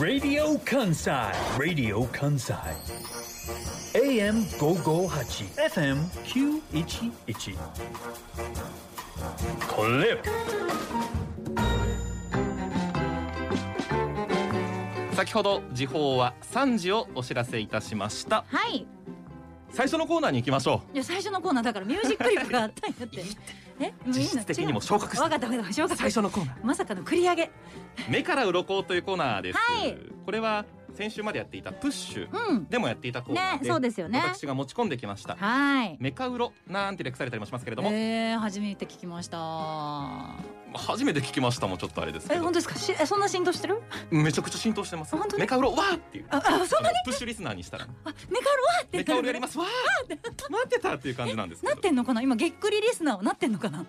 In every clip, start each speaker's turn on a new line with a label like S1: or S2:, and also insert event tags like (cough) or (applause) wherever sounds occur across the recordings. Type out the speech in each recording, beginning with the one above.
S1: Radio Kansai. Radio Kansai. AM 558. FM E 911. Clip.
S2: 先ほど時報は3時をお知らせいたしました
S3: はいい
S2: 最初のコーナーに行きましょ
S3: や最初のコーナーだからミュージックリップがあったんやってえもういいの
S2: 実質的にも昇格した
S3: 違うわかったわかった昇
S2: う
S3: 格
S2: 最初のコーナー
S3: まさかの繰り上げ
S2: 目から鱗というコーナーです、
S3: はい
S2: これは先週までやっていたプッシュ
S3: うん
S2: でもやっていたコーナ
S3: ね
S2: ーで,、
S3: そうですよね
S2: 私が持ち込んできました
S3: はい
S2: メカウロなんて略されたりもしますけれども、
S3: えー、初めて聞きました
S2: 初めて聞きましたもんちょっとあれですけ
S3: え
S2: ど
S3: 本当ですかしえそんな浸透してる
S2: めちゃくちゃ浸透してます
S3: 本当に
S2: メカウロわーっていう
S3: ああそんな
S2: あのプッシュリスナーにしたら
S3: (laughs) あメカロワって
S2: メカウロやりますすわーって待ってたっていう感じなんですけ
S3: な
S2: ど
S3: ってんのかな今げっくりリスナーはなってんのかな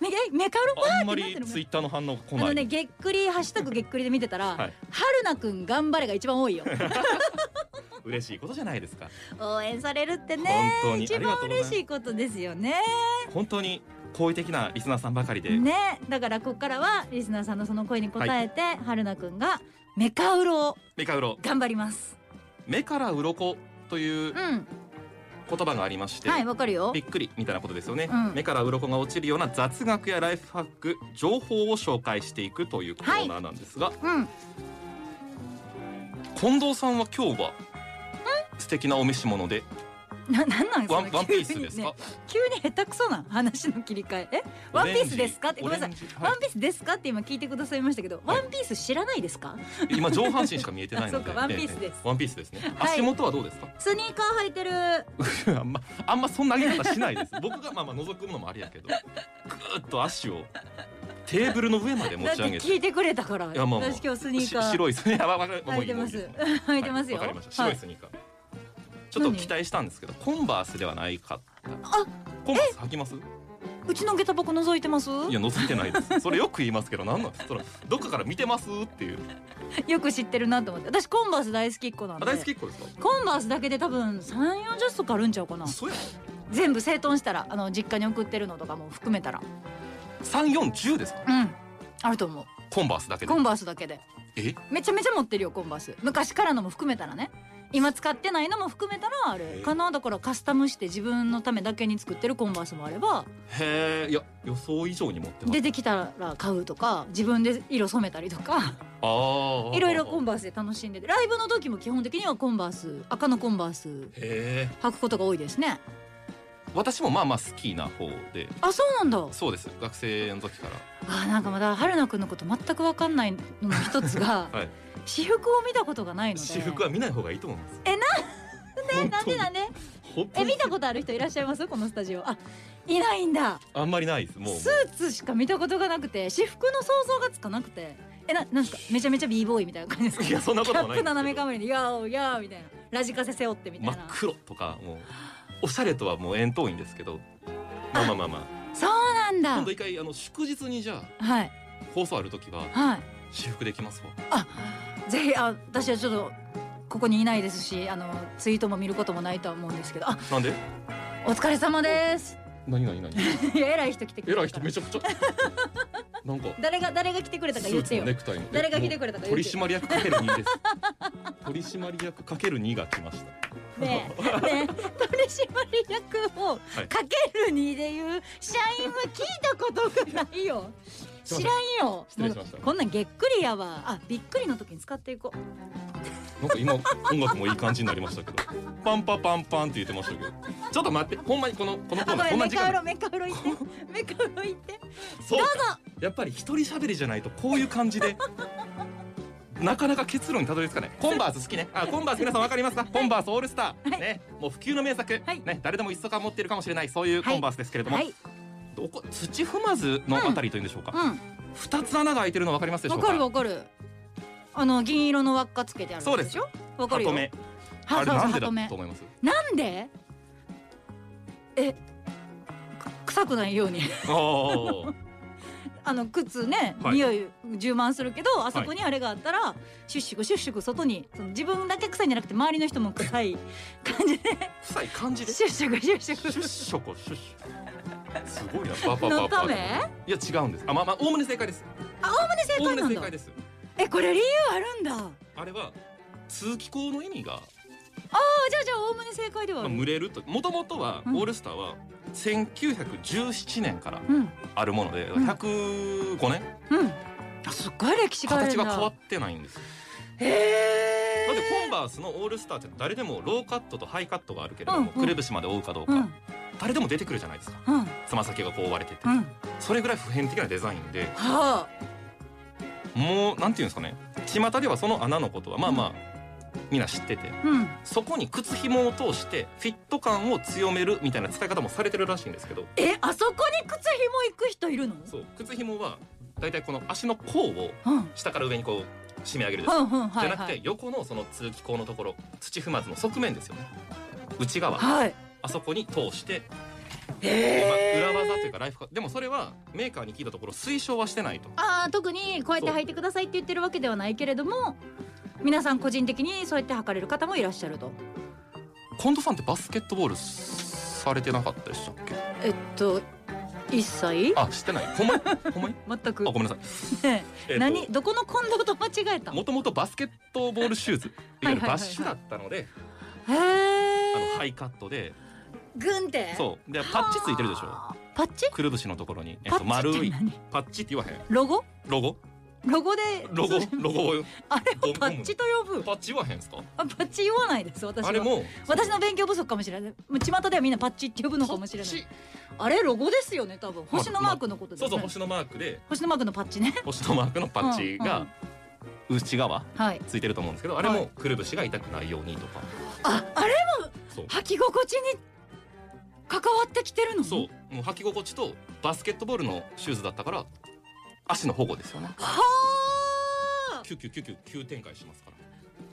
S3: メえメカロワ
S2: あん
S3: っ
S2: ま
S3: てなって
S2: り
S3: る
S2: ツイッターの反応が来
S3: あ
S2: な
S3: の
S2: い、
S3: ねげっくりハッシュタグげっくりで見てたら、
S2: はい
S3: 春菜くん頑張れが一番多いよ
S2: 嬉しいことじゃないですか
S3: 応援されるって
S2: 本
S3: ね
S2: 当に
S3: 一
S2: ありが
S3: 番
S2: とうございま
S3: 嬉
S2: す
S3: しいことですよね
S2: 本当に好意的なリスナーさんばかりで、
S3: ねだからここからはリスナーさんのその声に応えて、春菜くんがメカウロを
S2: メカウロ
S3: 頑張ります
S2: 目から鱗という
S3: うん
S2: 言葉がありまして、
S3: はいわかるよ
S2: びっくりみたいなことですよね、
S3: うん
S2: 目から鱗が落ちるような雑学やライフハック情報を紹介していくというコーナーなんですが、
S3: うん
S2: 近藤さんは今日は素敵なお召し物で
S3: ななんなん
S2: ワ
S3: それ
S2: ンワンピースですか、
S3: 急 (laughs) にね急に下手くそな話の切り替ええワンピースですかってごめんなさい
S2: い、
S3: ワ
S2: は
S3: ンピースですかって今聞いてくださいましたけど、
S2: はい
S3: ワンピース知らないですか
S2: い、今上半身しか見えてないので
S3: (laughs) あそうかワンピースです
S2: ええワンピースですね、
S3: はい
S2: 足元はどうですか
S3: スニーカー履いて
S2: (laughs)
S3: る
S2: あんまあんまそんな上げ方しないです (laughs) 僕がまあまあ覗くのもありやけどぐーっと足をテーブルの上まで持
S3: だっ
S2: ち
S3: て
S2: 上げて
S3: 聞いてくれたから
S2: いやまあまあ
S3: 私今日スニ
S2: し
S3: ーカー
S2: 白いスニーカーはわかるも
S3: 履
S2: う
S3: い
S2: いい
S3: て
S2: もう
S3: ま
S2: いい
S3: す
S2: もういい
S3: (laughs) 履いてますよ、
S2: はわかりました。白いスニーカー。ちょっと期待したんですけど、コンバースではないかった。
S3: あ
S2: コンバース履きます？いう
S3: ちの下駄箱覗いてます
S2: や覗いてない
S3: (laughs)
S2: です。それよく言いますけど、なんなんそのどっかから見てますっていう。
S3: よく知ってるなと思って私コンバース大好きっ子なん
S2: あ
S3: で
S2: 大好きっ子ですか？
S3: コンバースだけで多分3 4 0足あるんちゃうかな
S2: そうや。
S3: 全部整頓したらあの実家に送ってるのとかも含めたら
S2: 三四十ですか？
S3: うんあると思う
S2: コンバースだけで
S3: コ。ンバースだけで
S2: え？
S3: めちゃめちゃ持ってるよコンバース昔からのも含めたらね今使ってないのも含めたらあれかなだからカスタムして自分のためだけに作ってるコンバースもあれば
S2: へえ。いや予想以上に持ってます
S3: 出。てきたら買うとか自分で色染めたりとか
S2: ああ。
S3: いろいろコン
S2: バー
S3: バースで楽しんでてライブの時も基本的にはコンバース赤のコンバース
S2: ス。へえ。
S3: 履くことが多いですね
S2: 私もまあまあ好きな方で。
S3: あそうなんだ
S2: そうです。学生の時から。
S3: あなんかまだ春菜くんのこと全く分かんないのの一つが、
S2: はい
S3: 私服を見たことがないので
S2: 私服は見ない方がいいと思います。
S3: えな
S2: 本当に？
S3: なんでなんで
S2: 本当
S3: え
S2: に
S3: 見たことある人いらっしゃいますこのスタジオあいないんだ
S2: あんまりないです。もう。
S3: スーツしか見たことがなくて私服の想像がつかなくてえななんですかめちゃめちゃ b ボーイみたいな感じですか
S2: いやそんなことはないんですけ
S3: キャップ
S2: ど
S3: 斜めかぶりにヤーオヤーみたいなラジカセ背負ってみたい
S2: 真
S3: な
S2: っ黒とかもうおしゃれとはもう遠遠いんですけどまあまあまあまあ
S3: そうなんだ
S2: 今度一回あの祝日にじゃあ
S3: はい
S2: 放送ある時は
S3: はい
S2: 私服できますわ
S3: あぜひあ私はちょっとここにいないですしあのツイートも見ることもないとは思うんですけどあ
S2: なんで
S3: お疲れ様です
S2: 何何何
S3: (laughs) いや偉い人来てくれた
S2: 偉い人めちゃくちゃなんか
S3: 誰が誰が来てくれたか
S2: ス
S3: 言
S2: ー
S3: っ
S2: ツ
S3: て
S2: の
S3: よ
S2: ネクタイのえ
S3: 誰が来てくれたか
S2: もう
S3: 言っ
S2: 取締
S3: てよ
S2: 役かける2です取締役かける2が来ました
S3: ねえねえ取締役を
S2: はい
S3: かける2でいう社員は聞いたことがないよ
S2: すいません
S3: 知らんよ
S2: 失礼しました
S3: もうこんなんげっくりやわあびっくりの時に使っていこう
S2: なんか今音楽もいい感じになりましたけどパンパパンパンって言ってましたけどちょっと待ってほんまにこのこのコ
S3: あ
S2: ー
S3: ご
S2: ナー
S3: め
S2: こ
S3: ん
S2: んな
S3: メ
S2: 時
S3: カウ
S2: 間
S3: ロメカウロ行って
S2: (laughs)
S3: メカウロ行って
S2: そうかやっぱり一人喋りじゃないとこういう感じでなかなか結論にたどり着かないコンバース好きねあコンバース皆さんわかりますかコンバースオールスター、
S3: はい
S2: ねもう普及の名作、
S3: はい
S2: ね誰でも一足は持っているかもしれないそういう
S3: はい
S2: コンバースですけれども、
S3: はい
S2: どこ土踏まずのあたりというんでしょうか、
S3: う
S2: 二つ穴が開いてるのわかりますで
S3: ん
S2: しょ
S3: わ
S2: うか
S3: かるわかるあの銀色の輪っかつけてある
S2: そうです
S3: でしょわかるよ
S2: ハトメ
S3: は
S2: あれ
S3: そうそう
S2: なんで
S3: ハトメ
S2: だと思います
S3: なんでえく臭くないように
S2: あー
S3: あの靴ね、
S2: はい
S3: 匂い充満するけどあそこにあれがあったら、シュッシュクシュッシュク外にその自分だけ臭いんじゃなくて周りの人も臭い
S2: (laughs)
S3: 感じで
S2: 臭い感じでシ
S3: シュッシュクシュッシ
S2: ュッ
S3: ュ
S2: ショコシュッシュすご
S3: (laughs)
S2: いなパパパ
S3: ク
S2: パ
S3: のため
S2: いや違うんですあまあまあおおむね正解です
S3: あおおむね正
S2: おおむ
S3: 解
S2: ね
S3: なん
S2: 正
S3: だ
S2: 解です
S3: えこれ理由あるんだあ
S2: あれは通気口の意味が、
S3: じゃあじゃあおおむね正解では
S2: ま
S3: あ
S2: あ、
S3: る、
S2: 群れるともともとは
S3: うん
S2: オールスターは1917年から
S3: うん
S2: あるもので
S3: ん
S2: 105年
S3: うんあすっごい歴史があるん
S2: 形
S3: だ
S2: が変わってないんですよ
S3: へ
S2: だってコン
S3: え
S2: バースのオールスターって誰でもローカットとハイカットがあるけれども
S3: うんうん
S2: くるぶしまで覆うかどう
S3: うん
S2: か誰でも出てくるじゃないですか
S3: うん
S2: つま先がこう割れてて
S3: うん
S2: それぐらい普遍的なデザインで
S3: はあ
S2: もうなんていうんですかね巷ではその穴のことはまあまあみんな知ってて
S3: うん
S2: そこに靴紐を通してフィット感を強めるみたいな使い方もされてるらしいんですけど
S3: えあそこに靴ひも行く人いるの
S2: そう靴紐はだいたいこの足の甲を
S3: うん
S2: 下から上にこう締め上げるです
S3: うんうんは
S2: じ
S3: い
S2: ゃなく
S3: は
S2: て
S3: い
S2: 横のその通気口のところ土踏まずの側面ですよね内側
S3: はい
S2: あそこに通して、ま
S3: へ
S2: あ、
S3: ー
S2: 裏技というかライフかでもそれはメーカーに聞いたところ推奨はしてないと
S3: あー特にこうやって履いてくださいって言ってるわけではないけれども皆さん個人的にそうやって履かれる方もいらっしゃると
S2: 近藤さんってバスケットボールされてなかったでしたっけ
S3: えっと一切
S2: あしてないほんまにほんまに
S3: 全く
S2: あごめんなさい、
S3: ね
S2: え
S3: え何どこの近藤と間違えた
S2: もともとバスケットボールシューズいわゆる
S3: はい
S2: バ
S3: はいはいはい
S2: ッシュだったので、
S3: へえ
S2: あのハイカットで
S3: グンって
S2: そうでパッチついてるでしょ
S3: はあパッチ
S2: くるぶしのところに、えっ
S3: パ
S2: と、
S3: ッチっ
S2: 丸
S3: て
S2: い
S3: 何
S2: パッチって言わへん
S3: ロゴ
S2: ロゴ
S3: ロゴで
S2: ロゴ
S3: それ
S2: ロゴを
S3: あれ
S2: ゴ
S3: を
S2: ム
S3: パッチと呼ぶ
S2: パッチ言わへんすか
S3: あパッチ言わないです私は
S2: あれも
S3: 私の勉強不足かもしれない巷ではみんなパッチって呼ぶのかもしれな
S2: パッ
S3: い
S2: チ
S3: あれロゴですよね多分星のマークのことです
S2: そう
S3: ね、
S2: そう星のマークで
S3: 星のマークのパッチね
S2: 星のマークのパッチ
S3: うん
S2: が内側
S3: はい
S2: ついてると思うんですけどあれもくるぶしが痛くないようにとか
S3: ああれ
S2: そう
S3: 履き心地に関わってきてるの
S2: そうもう履き心地とバスケットボールのシューズだったから足の保護ですよね
S3: はあ
S2: キュキュキュキュ急展開しますか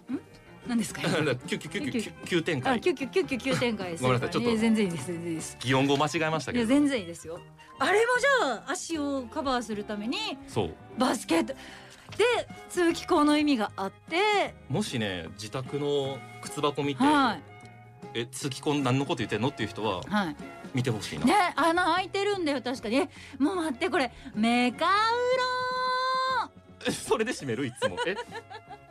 S2: ら
S3: 何ですか
S2: だ (laughs) からキュキュキュキュキュ急展
S3: あ
S2: 開
S3: キュキュキュキュキュ展開する
S2: ごめんなさいちょっと
S3: や全然いいです全然いいです
S2: 擬音語間違えました
S3: い
S2: け
S3: や
S2: ど
S3: 全然いいですよあれもじゃあ足をカバーするために
S2: そう
S3: バスケットで通気口の意味があって
S2: もしね自宅の靴箱見て
S3: は
S2: 「え通気痕何のこと言ってんの?」っていう人はい
S3: はい
S2: 見てほしいな
S3: ね穴開いてるんだよ確かにえもう待ってこれメカウロ
S2: えそれで締めるいつもえ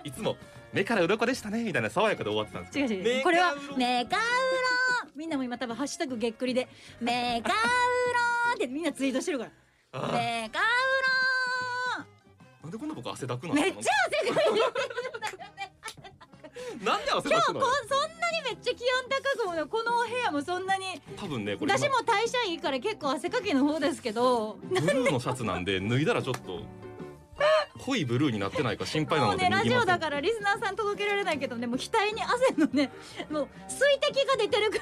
S2: いつも目から鱗でしたねみたいな爽やかで終わってたんです
S3: 違う違う違
S2: メカウロ
S3: うこれはメカウロみんなも今多分ハッシュタグげっくりでメカウロってみんなツイートしてるから
S2: あー
S3: メカウ
S2: なんでこんな僕汗だくな
S3: ロ
S2: んで
S3: めっ
S2: すか
S3: ちゃ汗かいてるんだよね
S2: なんで汗
S3: 今
S2: だ
S3: 日
S2: くな
S3: こんそん
S2: の
S3: なにめっちゃ気温高くもこのお部屋もそんなに
S2: 多分ねこれ
S3: 私
S2: 今
S3: も代謝いいから結構汗かきの方ですけど
S2: ブルーのシャツなんで脱いだらちょっと濃いブルーになってないか心配な
S3: もう
S2: ので
S3: ね
S2: 脱
S3: ラ
S2: ぎ
S3: ジ
S2: ま
S3: オ
S2: せ
S3: だ
S2: ん
S3: からリスナーさん届けられないけどねもう額に汗のねもう水滴が出てるか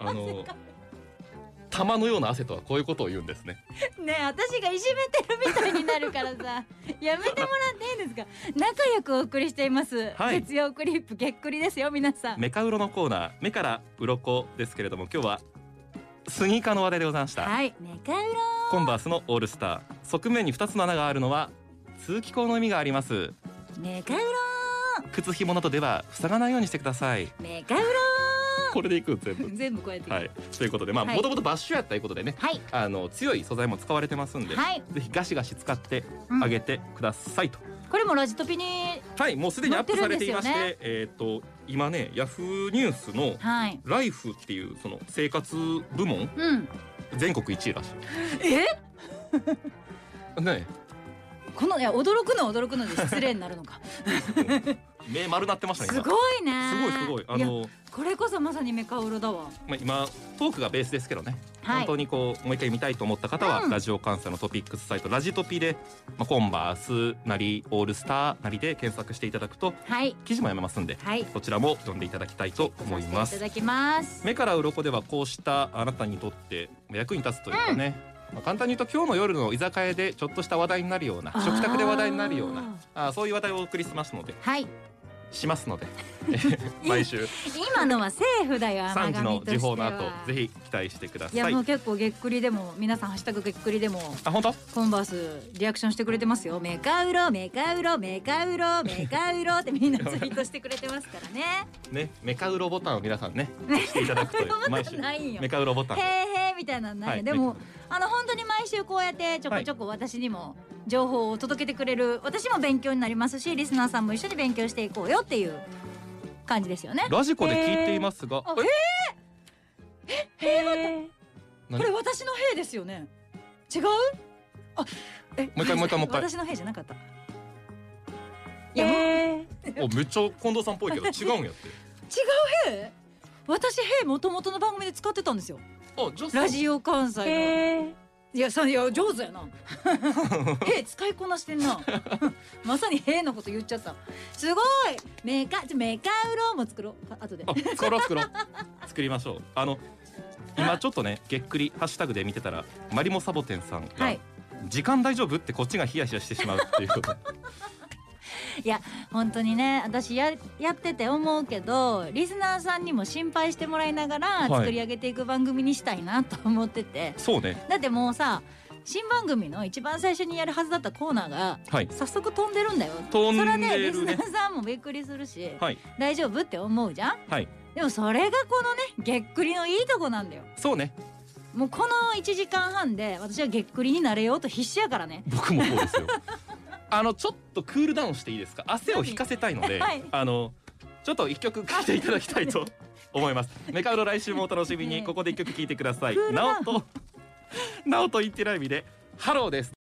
S2: あ
S3: (laughs)
S2: の玉のような汗とはこういうことを言うんですね
S3: らね私がいじめてるみたいになるから
S2: (laughs)
S3: さやめてもらっていいですか仲良くお送りしています、
S2: はい
S3: 月曜クリップげっくりですよ皆さん
S2: メカウロのコーナー目から鱗ですけれども今日はスニーカーの話題でございました、
S3: はいメカウロ
S2: コンバースのオールスター側面に2つの穴があるのは通気口の意味があります
S3: メカウロ
S2: 靴紐などでは塞がないようにしてください
S3: メカウロ
S2: これでいく全部
S3: 全部こうやって
S2: はいということでまあ
S3: はい
S2: もともとバッシュやったいうことでね
S3: はい
S2: あの強い素材も使われてますんで、
S3: はい
S2: ぜひガシガシ使って
S3: うん
S2: あげてくださいと、
S3: これもラジトピに
S2: はいもうすでにアップされていまして
S3: 載っ
S2: えっ、と今ねヤフーニュースの
S3: はい
S2: 「ライフっていうその生活部門
S3: うん
S2: 全国1位らし
S3: え
S2: いね
S3: このいや驚くのは驚くの
S2: (laughs)
S3: で失礼になるのか
S2: 目丸なってました
S3: す
S2: ね
S3: ご
S2: 今
S3: いね
S2: すごいすごいあ
S3: や
S2: の
S3: これこそまさにメカウロだわ
S2: まあ、今トークがベースですけどね、
S3: はい
S2: 本当にこうもう一回見たいと思った方は、
S3: うん
S2: ラジオ関西のトピックスサイトラジトピで、まあ、コンバースなりオールスターなりで検索していただくと
S3: はい
S2: 記事も読めますんで
S3: はい
S2: そちらも読んでいただきたいと思いま
S3: い
S2: す
S3: ただきます
S2: 目から鱗ではこうしたあなたにとって役に立つというかね、まあ簡単に言うと今日の夜の居酒屋でちょっとした話題になるような
S3: あー
S2: 食卓で話題になるようなあーそういう話題をお送りしますので
S3: はい
S2: します
S3: (laughs)
S2: ので毎週
S3: 今のはセーフだよ
S2: 3
S3: 甘
S2: 時
S3: 神
S2: の
S3: として
S2: 時
S3: は
S2: 報の後ぜひ期待してくだ
S3: いや
S2: さい
S3: もう結構げっくりでも皆さんハッシュタグげっくりでも
S2: あ本当
S3: コンバースリアクションしてくれてますよメカウロメカウロメカウロメカウロ (laughs) ってみんなツイートしてくれてますから
S2: (laughs)
S3: ね
S2: ね、メカウロボタンを皆さんね、押していただくとい
S3: メカウ
S2: う、
S3: ロボタン
S2: 毎週。
S3: ないんよ
S2: メカウロボタン。
S3: へーへーみたいなのないよ、
S2: はい
S3: で
S2: メカウ
S3: も
S2: ロ
S3: あの本当に毎週こうやってちょこちょこ私にも情報を届けてくれる私も勉強になりますしリスナーさんも一緒に勉強していこうよっていう感じですよね。
S2: ラジコで聞いていますが、
S3: あ
S2: え
S4: へー
S2: 何
S3: これ私の兵ですよね。違う？あ、え、
S2: もう一回もう一回もう一回
S3: 私の兵じゃなかった。いや、もう違う
S4: へー
S2: おめっちゃ近藤さんっぽいけど違うんやって。
S3: 兵？私兵もともとの番組で使ってたんですよ。
S2: あ、じゃあそう
S3: ラジオ関西の。
S4: へー
S3: いや、さ、いや上手
S2: (laughs)
S3: やな。兵使いこなしてんな。 (laughs) まさに兵のこと言っちゃった。すごい。メカ、じゃメカウロも作ろう。か後で。
S2: あ、作ろう作ろう。作りましょう。あの今ちょっとね、げっくりハッシュタグで見てたらマリモサボテンさんが、
S3: はい
S2: 時間大丈夫ってこっちがヒヤヒヤしてしまう
S3: (laughs)
S2: っていう。
S3: 本当にね私ややってて思うけどリスナーさんにも心配してもらいなが
S2: は
S3: ら
S2: い
S3: 作り上げていく番組にしたいなと思ってて、
S2: そうね。
S3: だってもうさ新番組の一番最初にやるはずだったコーナーが
S2: はい。
S3: 早速飛んでるんだよ。
S2: 飛んで
S3: それ
S2: る
S3: は
S2: ね
S3: ねリスナーさんもびっくりするし、
S2: はい。
S3: 大丈夫って思うじゃん、
S2: はい
S3: でもそれがこのねげっくりのいいとこなんだよ
S2: そうね。
S3: もうこの1時間半で私はげっくりになれようと必死やからね
S2: 僕もそうです
S3: (laughs)
S2: よ。あのちょっとクールダウンしていいですか。汗を引かせたいので、
S3: 何はい
S2: あのちょっと一曲聴いていただきたいと思います。メカウロ来週もお楽しみに。ここで一曲聴いてください。なおとなおとインティライミでハローです。